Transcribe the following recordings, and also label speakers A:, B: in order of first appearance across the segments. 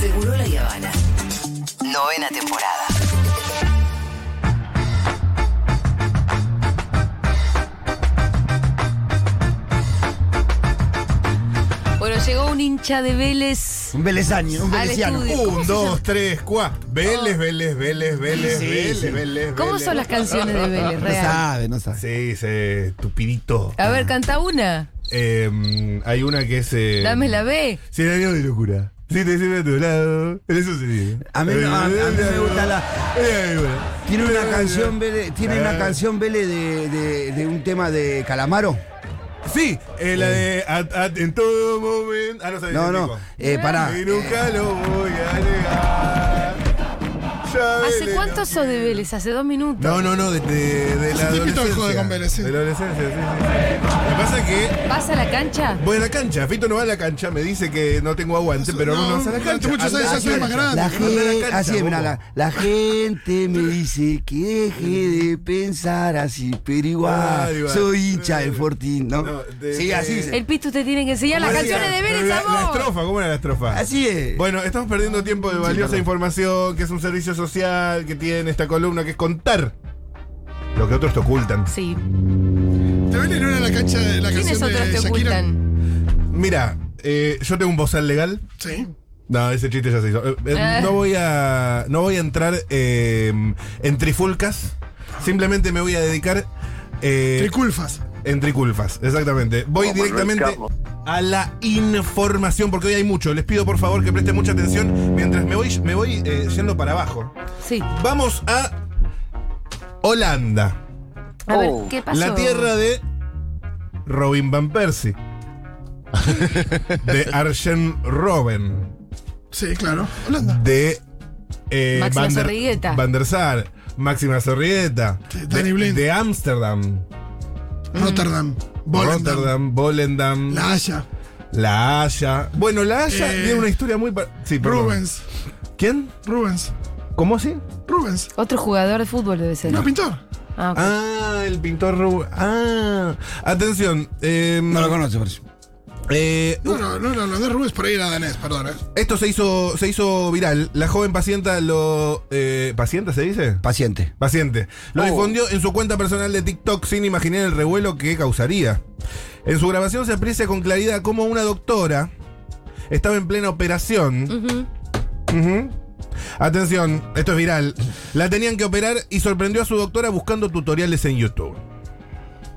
A: Seguro la Habana. Novena temporada.
B: Bueno, llegó un hincha de Vélez.
C: Un velezaño, un Uh,
B: Al
C: velesiano.
B: estudio. ¿Cómo
D: Un,
B: se
D: dos,
B: llama? Oh.
D: tres, cuatro. Vélez, Vélez, Vélez, Vélez,
C: Sí, sí,
D: Vélez,
C: sí.
D: Vélez.
B: ¿Cómo
D: Vélez.
B: son las canciones de Vélez?
C: No
B: Real.
C: sabe, no sabe.
D: Sí, se tupidito.
B: A ver, canta una.
D: Eh, hay una que es. eh,
B: Dame la B.
D: Cien años de locura. Si te sirve a tu lado. En eso se vive.
C: A mí no, a- a mí me gusta la-
D: Eh, ahí va.
C: Tiene una canción Vélez, tiene una
D: Ah.
C: canción Vélez de, de- de un tema de Calamaro.
D: Sí, eh, la de. a- a- en todo momento. Ah, no sabía.
C: No,
D: el
C: no.
D: tipo.
C: Eh, pará.
D: Y nunca lo voy a negar. Ya
B: ¿Hace
D: Vélez
B: cuánto
D: no-
B: sos de Vélez? Hace dos minutos.
D: No, no, no, de, de, de la
E: tipito
D: adolescencia.
E: que jode con Vélez, sí.
D: De la adolescencia, sí, sí. Lo que pasa es que
B: ¿Vas a la cancha?
D: voy a la cancha. Fito no va a la cancha, me dice que no tengo aguante, pero no, vas a la cancha.
E: muchos
D: Anda a
E: años,
D: la
E: ya soy más
D: cancha.
E: grande.
C: La
D: Anda a la
C: gente,
D: cancha,
C: así es, mirá,
D: bobo.
C: la, la gente me dice que deje de pensar así, pero
D: Ah,
C: igual
D: igual.
C: soy hincha del Fortín, ¿no?
D: No, de-
C: sí, así
D: de-
C: es.
B: El Pitu te tiene que enseñar las
D: ¿Cómo era?
B: canciones de Vélez
D: La,
B: a
D: la
B: vos.
D: estrofa, ¿cómo era la estrofa?
C: Así es.
D: Bueno, estamos perdiendo tiempo de valiosa
C: perdón.
D: información, que es un servicio social, que tiene esta columna, que es contar lo que otros te ocultan.
B: Sí.
E: También no era la cancha de la
B: ¿Quiénes
E: canción de
B: otros te
E: Shakira.
B: ocultan?
D: Mira, eh, yo tengo un bozal legal.
E: Sí.
B: Mm.
D: No, ese chiste ya se hizo. Eh, eh,
B: Ah.
D: No voy a. No voy a entrar eh, en trifulcas. Simplemente me voy a dedicar. eh,
E: Triculfas.
D: en triculfas, exactamente. Voy directamente a la información, porque hoy hay mucho. Les pido por favor que presten mucha atención mientras me voy, me voy eh, yendo para abajo.
B: Sí.
D: Vamos a Holanda,
B: A ver, ¿qué pasó?
D: Oh, la tierra de Robin Van Persie, de Arjen Robben.
E: Sí, claro. Holanda.
D: de eh,
B: Máxima
D: Van der-
B: Zorrigueta.
D: Van der Sar, Máxima Zorrigueta,
E: Sí, Danny
D: de
E: Blind.
D: de Ámsterdam,
B: Mm.
E: Rotterdam. Volendam,
D: Rotterdam, Volendam,
E: La Haya.
D: La Haya. Bueno, La Haya
E: Eh,
D: tiene una historia muy... par- Sí, perdón.
E: Rubens.
D: ¿Quién?
E: Rubens.
D: ¿Cómo así?
E: Rubens.
B: Otro jugador de fútbol debe ser.
E: No, pintor.
B: Ah, ok.
D: Ah, el pintor Rubén. Ah, atención. eh,
C: No lo conoce, por
D: eh,
E: No, no, no, no, no, no, Rubens por ahí era danés, perdón. eh.
D: esto se hizo, se hizo viral. La joven paciente lo... eh, ¿Paciente se dice?
C: Paciente.
D: Paciente.
B: Oh.
D: Lo difundió en su cuenta personal de TikTok sin imaginar el revuelo que causaría. En su grabación se aprecia con claridad cómo una doctora estaba en plena operación. Ujú. Atención, esto es viral. La tenían que operar y sorprendió a su doctora buscando tutoriales en YouTube.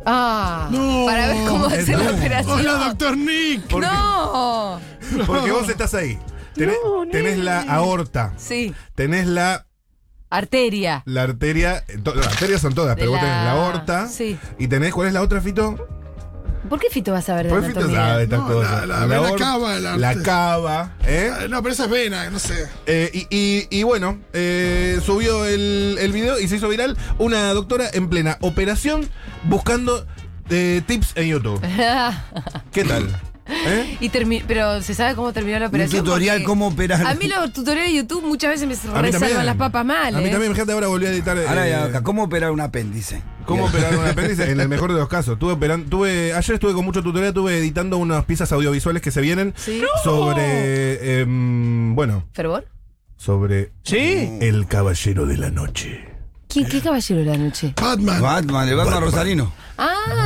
B: Ah,
E: No.
B: para ver cómo hacer la
D: Eh, No.
B: operación.
E: Hola, doctor Nick.
B: No.
D: Porque vos estás ahí. Tenés, tenés la aorta,
B: Sí.
D: tenés la,
B: Arteria.
D: la arteria. to- las arterias son todas,
B: De
D: pero vos tenés la
B: la-
D: aorta.
B: sí.
D: Y tenés, ¿cuál es la otra, Fito?
B: ¿Por qué Fito va a saber de
D: Pues Fito
B: anatomía?
D: sabe estas
E: No,
D: cosas.
E: la- la- la
D: or-
E: cava, la-
D: la cava, ¿eh?
E: Eh, No, pero esa es vena, no sé.
D: Eh, y, y- y bueno, eh, subió el, el video y se hizo viral una doctora en plena operación buscando eh, tips en YouTube. ¿Qué tal? ¿Eh?
B: Y termi- pero se sabe cómo terminó la operación.
C: tutorial
B: Porque
C: cómo operar.
B: A mí los tutoriales de YouTube muchas veces me
D: A mí
B: resalvan
D: también.
B: las papas mal.
D: A mí
B: ¿eh?
D: también, gente, ahora volví a editar.
C: Ahora,
D: eh,
C: ya, acá, ¿cómo operar un apéndice?
D: ¿Cómo operar un apéndice? En el mejor de los casos. Tuve operan- tuve, ayer estuve con mucho tutorial, estuve editando unas piezas audiovisuales que se vienen
B: Sí.
D: sobre. em, bueno,
B: ¿Fervor?
D: sobre. El Caballero de la Noche.
B: ¿Quién, ¿Qué caballero de la noche?
E: Batman.
C: Batman, el Batman Rosarino.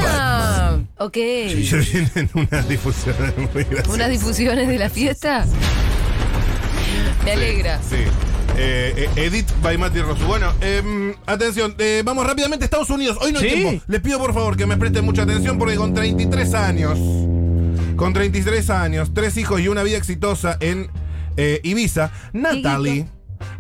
B: Ah, ok.
D: Y yo vine en unas difusiones muy graciosas.
B: Unas difusiones de la fiesta. Me alegra.
D: Sí. Eh, eh, edit by Mati Rosu. Bueno, em, atención, eh, vamos rápidamente a Estados Unidos. Hoy no hay tiempo. Les pido por favor que me presten mucha atención porque con 33 años, con 33 años, tres hijos y una vida exitosa en eh, Ibiza, Natalie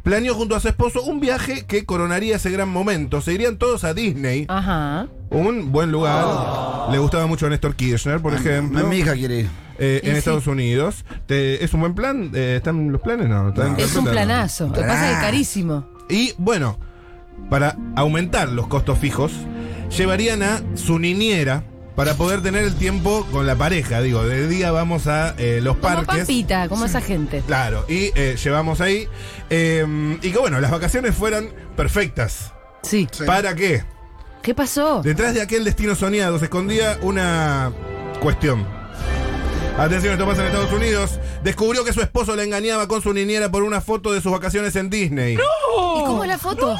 D: planeó junto a su esposo un viaje que coronaría ese gran momento. Se irían todos a Disney,
B: Ajá.
D: un buen lugar. Le gustaba mucho a Néstor Kirchner, por ejemplo.
C: Mi hija quiere ir.
D: Eh,
B: Y
D: en
B: sí.
D: Estados Unidos. Te- ¿Es un buen plan? Eh, ¿Están los planes? No. están-
C: No.
B: Es un
D: están-
B: planazo. Lo que pasa es que
C: Ah.
B: es carísimo.
D: Y bueno, para aumentar los costos fijos, llevarían a su niñera para poder tener el tiempo con la pareja. Digo, de día vamos a eh, los
B: Como
D: parques.
B: papita, como esa gente.
D: Claro, y eh, llevamos ahí. eh, y que bueno, las vacaciones fueran perfectas.
B: Sí.
E: Sí.
D: ¿Para qué?
B: ¿Qué pasó?
D: Detrás de aquel destino soñado se escondía una cuestión. Atención, esto pasa en Estados Unidos. Descubrió que su esposo la engañaba con su niñera por una foto de sus vacaciones en Disney.
B: ¿Y cómo es la foto?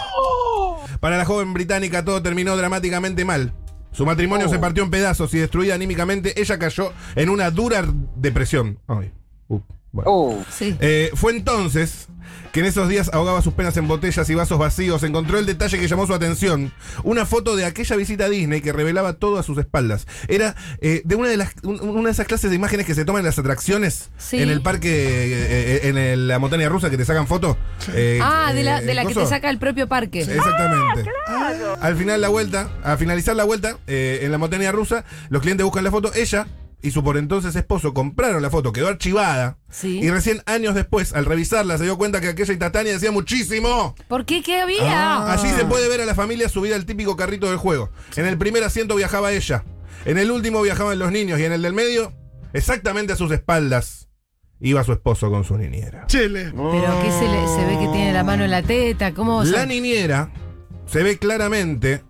D: Para la joven británica todo terminó dramáticamente mal. Su matrimonio se partió en pedazos y destruida anímicamente, ella cayó en una dura depresión. Ay, uh, bueno.
B: Sí.
D: Eh, fue entonces que en esos días ahogaba sus penas en botellas y vasos vacíos. Encontró el detalle que llamó su atención. Una foto de aquella visita a Disney que revelaba todo a sus espaldas. Era eh, de una de, las, un- una de esas clases de imágenes que se toman en las atracciones
B: Sí.
D: en el parque, eh, eh, en el- la montaña rusa, que te sacan fotos. eh,
B: Ah, de la,
D: eh,
B: de la que te
D: coso.
B: saca el propio parque.
D: Exactamente. Al final la vuelta, a finalizar la vuelta, eh, en la montaña rusa, los clientes buscan la foto. Ella y su por entonces esposo compraron la foto, quedó archivada.
B: Sí.
D: Y recién años después, al revisarla, se dio cuenta que aquella instantánea decía muchísimo.
B: ¿Por qué? ¿Qué había?
D: Allí se puede ver a la familia subida al típico carrito del juego. En el primer asiento viajaba ella. En el último viajaban los niños. Y en el del medio, exactamente a sus espaldas, iba su esposo con su niñera.
E: Chile.
B: Pero que se, le- se ve que tiene la mano en la teta. ¿Cómo? o sea,
D: La niñera se ve claramente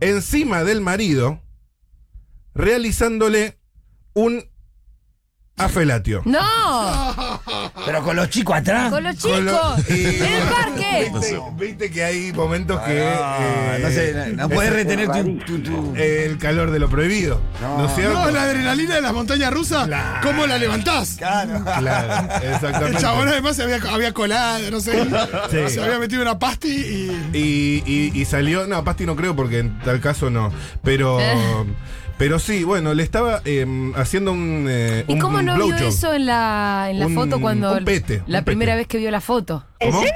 D: encima del marido realizándole un afelatio.
B: ¡No!
C: Pero con los chicos atrás.
B: ¡Con los chicos!
D: Con lo-
B: ¡En el parque!
D: Viste, viste que hay momentos que
C: Ah,
D: eh,
C: no sé, no puedes retener tu. tu- tu-
D: el calor de lo prohibido. ¿No, es cierto?
E: No, la adrenalina de las montañas rusas, ¿cómo la levantás?
C: Claro.
D: Claro,
E: El
D: exactamente.
E: chabón además se había, había colado, no sé.
D: Sí.
E: Se había metido una pasti y.
D: Y, y- y salió. No, Pasti no creo porque en tal caso no. Pero.
B: Eh.
D: Pero sí, bueno, le estaba em, haciendo un. eh,
B: ¿Y
D: un
B: cómo no vio
D: blowjob.
B: eso en la, en la
D: Un-
B: foto cuando.
D: un pete, Eh,
B: la
D: un
B: primera
D: pete.
B: vez que vio la foto.
D: ¿En serio?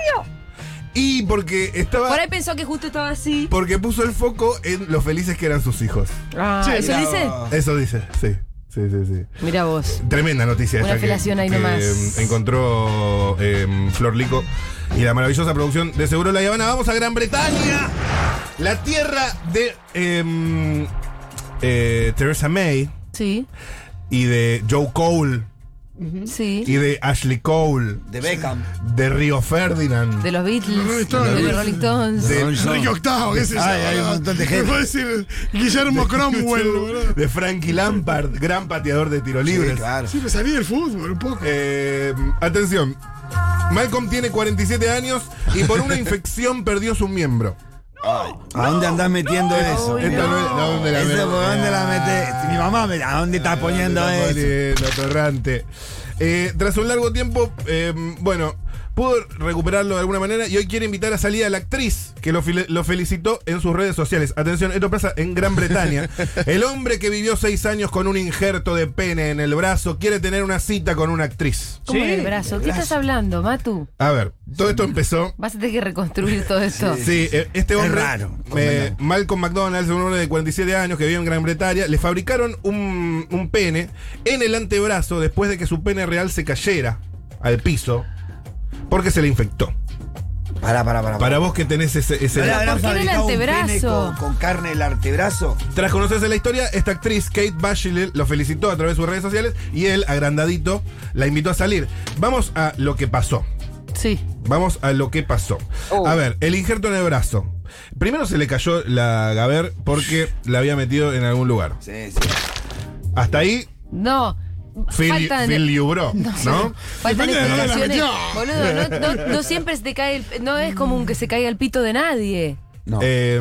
D: Y porque estaba.
B: Por ahí pensó que justo estaba así.
D: Porque puso el foco en lo felices que eran sus hijos.
B: Ah,
E: Sí,
B: ¿Eso
E: la-
B: dice?
D: Eso dice, sí. Sí, sí, sí.
B: Mira vos.
D: Tremenda noticia
B: Una
D: esta que-
B: felación ahí
D: que,
B: nomás.
D: em, encontró em, Flor Lico y la maravillosa producción de Seguro La Habana. Vamos a Gran Bretaña, la tierra de em, eh, Theresa May
B: Sí,
D: y de Joe Cole
B: sí.
D: y de Ashley Cole,
C: De Beckham.
D: de Río Ferdinand.
B: De los
E: Los Rolling
B: Beatles,
E: Stones.
B: de los Rolling Stones.
D: De-
E: Enrique Octavo, qué sé yo.
C: Ay, hay un
E: boludo.
C: montón de
E: Me
C: gente.
E: puede decir Guillermo Cromwell, boludo.
D: de Frankie Lampard, gran pateador de tiro libre.
C: Sí, claro.
E: Sí, me salí del fútbol un poco.
D: Eh, atención. Malcolm tiene 47 años y por una infección perdió su miembro.
C: ¿A dónde andás metiendo eso?
D: Esta no es- ¿a dónde la Ah.
C: Eso,
D: metes?
C: ¿por dónde la metes? Mi mamá, me- ¿a dónde estás poniendo
D: Está
C: eso?
D: poniendo, atorrante. Eh, tras un largo tiempo, eh, bueno, pudo recuperarlo de alguna manera y hoy quiere invitar a salir a la actriz que lo, file- lo felicitó en sus redes sociales. Atención, esto pasa en Gran Bretaña. El hombre que vivió seis años con un injerto de pene en el brazo quiere tener una cita con una actriz.
B: ¿Cómo en el brazo? ¿Qué estás hablando, Matu?
D: A ver, todo esto empezó
B: Vas a tener que reconstruir todo esto.
D: Sí, eh, este
C: Es
D: hombre,
C: raro,
D: eh,
C: convengamos.
D: Malcolm McDonald's, un hombre de 47 años que vive en Gran Bretaña, le fabricaron un, un pene en el antebrazo después de que su pene real se cayera al piso porque se le infectó.
C: Pará, pará, pará.
D: Para vos que tenés ese... ese-
C: Pará, habrán
B: ¿Por qué no el
C: fabricado un pene
B: antebrazo?
C: Con, con carne el antebrazo.
D: Tras conocerse la historia, esta actriz, Kate Bachelet, lo felicitó a través de sus redes sociales y él, agrandadito, la invitó a salir. Vamos a lo que pasó.
B: Sí.
D: Vamos a lo que pasó.
C: Oh.
D: A ver, el injerto en el brazo. Primero se le cayó la Gaber porque la había metido en algún lugar.
C: Sí, sí.
D: Hasta ahí,
B: No.
D: Phil,
B: faltan-
D: Phil Liubro, ¿no?
B: Faltan
E: Depende de dónde la
B: explicaciones.
E: metió.
B: Boludo, no, no- no siempre se te cae el. No es común que se caiga el pito de nadie.
C: No.
D: Eh,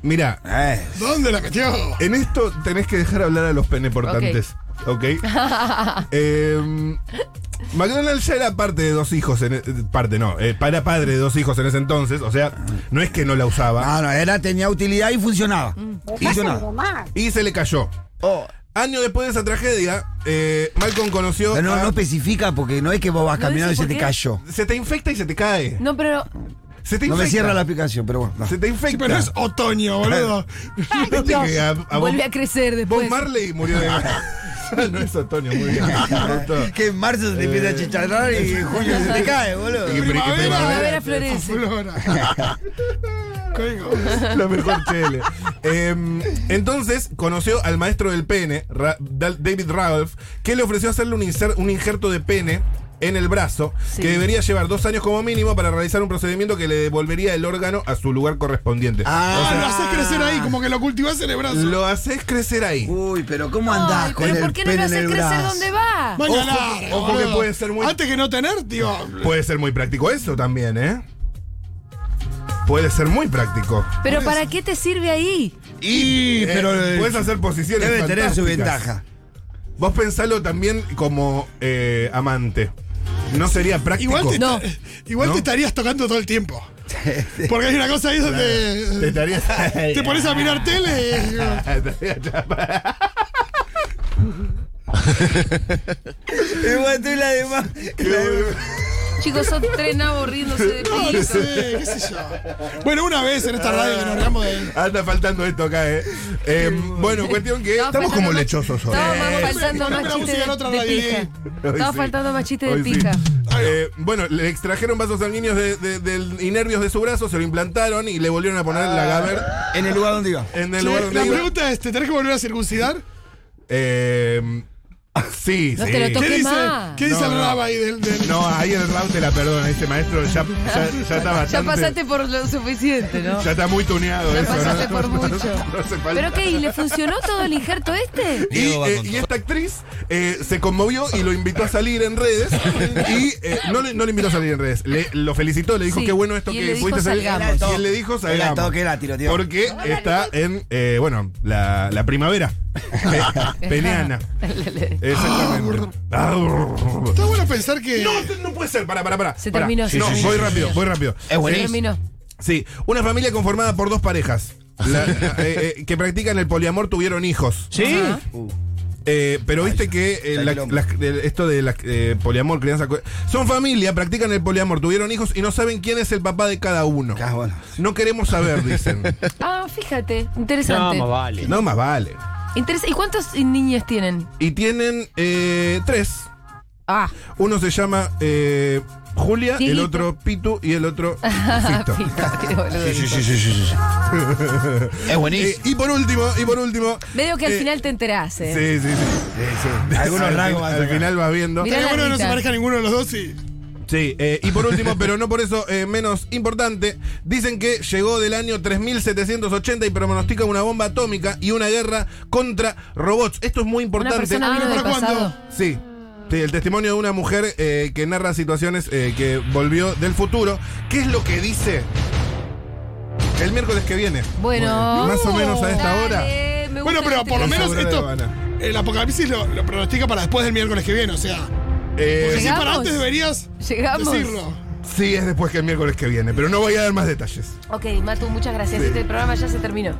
D: mira,
C: Eh,
E: ¿Dónde la metió?
D: en esto tenés que dejar hablar a los peneportantes, ¿ok? Eh, McDonald's ya era parte de dos hijos, en, eh, parte no, eh, para padre de dos hijos en ese entonces, o sea, no es que no la usaba.
C: No, no, era, tenía utilidad y funcionaba.
B: Mm.
C: Funcionaba.
D: Y se le cayó.
C: Ah. Oh,
D: Año después de esa tragedia, eh, Malcolm conoció
C: pero no,
D: a-
C: no especifica porque no es que vos vas
B: No
C: caminando y
B: dice
C: se
B: por
C: te
B: qué.
C: cayó.
D: Se te infecta y se te cae.
B: No, pero.
D: Se te
C: No me
D: infecta.
C: cierra la aplicación, pero bueno. no.
D: Se te infecta.
E: Pero es otoño, boludo.
D: Viste que a- a Bob-
B: vuelve a crecer
D: Bob
B: después.
D: Marley murió de no es otoño, muy bien. Eh, Pronto.
C: Que en marzo se te empieza a chicharrar y en junio se te cae, boludo.
D: Y pri- que
B: Primavera
E: Con
B: florece.
E: Flora. Código.
D: La mejor chele. Em, entonces conoció al maestro del pene, Ra- Dal- David Ralph, que le ofreció hacerle un, inser- un injerto de pene en el brazo,
B: Sí.
D: que debería llevar dos años como mínimo para realizar un procedimiento que le devolvería el órgano a su lugar correspondiente.
E: Ah,
C: Ah,
E: lo haces crecer ahí, como que lo cultivás en el brazo.
D: Lo haces crecer ahí.
C: Uy, pero ¿cómo andás
B: Ay,
C: con
B: pero
C: el
B: ¿por qué no
C: pene
B: lo
C: en
B: haces
C: el
B: crecer
C: brazo?
B: donde va?
D: Ojo,
E: Manga larga,
D: ojo que
E: boludo.
D: puede ser muy-
E: Antes que no tener, tío.
D: Puede ser muy práctico eso también, ¿eh? Puede ser muy práctico.
B: Pero ¿para qué te sirve ahí?
E: Y,
D: Eh,
E: pero. eh,
D: puedes hacer posiciones.
C: Debe tener su
D: fantásticas.
C: ventaja.
D: Vos pensalo también como eh, amante. ¿No sería práctico?
E: Igual, te,
B: No.
E: igual
D: ¿No?
E: te estarías tocando todo el tiempo. Porque hay una cosa ahí
D: Te
E: donde
D: estarías.
E: te, pones a mirar tele. y digo,
C: Igual estoy la de más. la de-
B: Chicos, son tres nabos riéndose de
E: No, no
B: piso.
E: sé, qué sé yo. Bueno, una vez en esta radio que nos reamos de.
D: Anda faltando esto acá, ¿eh? Eh, bueno, cuestión que.
B: Estaba
D: Estamos
B: faltando
D: como
B: más-
D: lechosos hoy.
B: Estaba más
E: Eh,
B: faltando
E: la
B: más
E: música
B: chistes
E: en otra
B: de, de
E: radio.
B: pija.
D: Hoy
B: Estaba
D: sí.
B: faltando más chistes de
D: Hoy sí.
B: pija.
D: Eh, bueno, le extrajeron vasos sanguíneos de- de- del- y nervios de su brazo, se lo implantaron y le volvieron a poner la gaber
C: En el lugar donde iba.
D: en el
E: Che,
D: lugar donde
E: la
D: iba.
E: pregunta es: ¿te tenés que volver a circuncidar?
D: Eh, sí,
B: No
D: sí.
B: te lo
E: ¿Qué
B: toques. ¿Qué
E: dice,
B: más?
E: ¿qué dice
D: No,
E: el
D: no.
E: raba ahí del.? del-
D: No, ahí el round te la perdona, este maestro ya, ya, ya está bastante.
B: Ya pasaste por lo suficiente, ¿no?
D: Ya está muy tuneado
B: Ya
D: eso. ¿no?
B: pasaste por mucho.
D: No hace falta.
B: ¿Pero qué? ¿Y le funcionó todo el injerto este?
D: Y, eh, y esta actriz eh, se conmovió y lo invitó a salir en redes. Y eh, no, le, no le invitó a salir en redes. Le, lo felicitó, le dijo
B: Sí,
D: qué bueno esto
B: y él
D: que
B: le dijo,
D: pudiste salir.
B: "Salgamos".
D: Y él le dijo
C: Que la
D: salgamos.
C: toque, la tiro, tío.
D: Porque está en, eh, bueno, la, la primavera. Peneana.
B: Ah,
D: Exactamente. Ah,
E: Está bueno pensar que.
D: No, no puede ser. Para, para, para.
B: Se terminó, se
D: No,
B: terminó,
D: voy
B: se
D: rápido,
B: terminó.
D: voy rápido.
C: Es buenísimo.
B: Terminó.
D: Sí, una familia conformada por dos parejas la- eh, eh, que practican el poliamor tuvieron hijos.
F: ¿Sí?
B: Ajá.
D: Eh, pero viste que eh,
C: ya
D: la-
C: quilombo.
D: las- eh, esto de las, eh, poliamor, crianza. co- Son familia, practican el poliamor, tuvieron hijos y no saben quién es el papá de cada uno.
C: Ah, bueno.
D: No queremos saber, dicen.
B: Ah, fíjate.
F: No,
B: Interesante.
F: más vale.
D: no más vale.
B: Interes- ¿Y cuántos niños tienen?
D: Y tienen eh, tres.
B: Ah,
D: Uno se llama eh, Julia, el
B: Dieguito.
D: otro Pitu y el otro Fito.
B: pija, qué boludo.
C: Sí, sí, sí, sí, sí, sí.
F: Es
D: Eh,
F: buenísimo.
D: y por último, y por último.
B: Medio que al
D: eh,
B: final te enterás, ¿eh?
D: Sí, sí, sí.
C: Sí, sí. Algunos
D: Al
C: rasgos
D: fin-
C: vas a
D: Al
C: sacar.
D: final vas viendo.
B: Mirá
E: Estaría
B: la
E: bueno que no se
B: guita.
E: parezca ninguno de los dos y.
D: Sí, eh, y por último, pero no por eso eh, menos importante, dicen que llegó del año 3780 y pronostica una bomba atómica y una guerra contra robots. Esto es muy
B: Una
D: importante.
B: persona vino
E: ¿Pero
B: del
E: para cuándo?
B: pasado.
D: Sí. Sí, el testimonio de una mujer eh, que narra situaciones eh, que volvió del futuro. ¿Qué es lo que dice? El miércoles que viene.
B: Bueno.
D: Más o menos a esta
B: Dale,
D: hora.
B: me gusta
E: Bueno, pero
B: este
E: por lo
B: tema.
E: menos
D: Seguro que
E: esto.
D: van a-
E: El apocalipsis lo, lo pronostica para después del miércoles que viene, o sea.
D: Eh,
E: Si es para
B: ¿Llegamos?
E: antes deberías
B: Llegamos.
E: decirlo.
D: sí, es después que el miércoles que viene, pero no voy a dar más detalles.
B: Ok, Matu, muchas gracias. Este programa ya se terminó.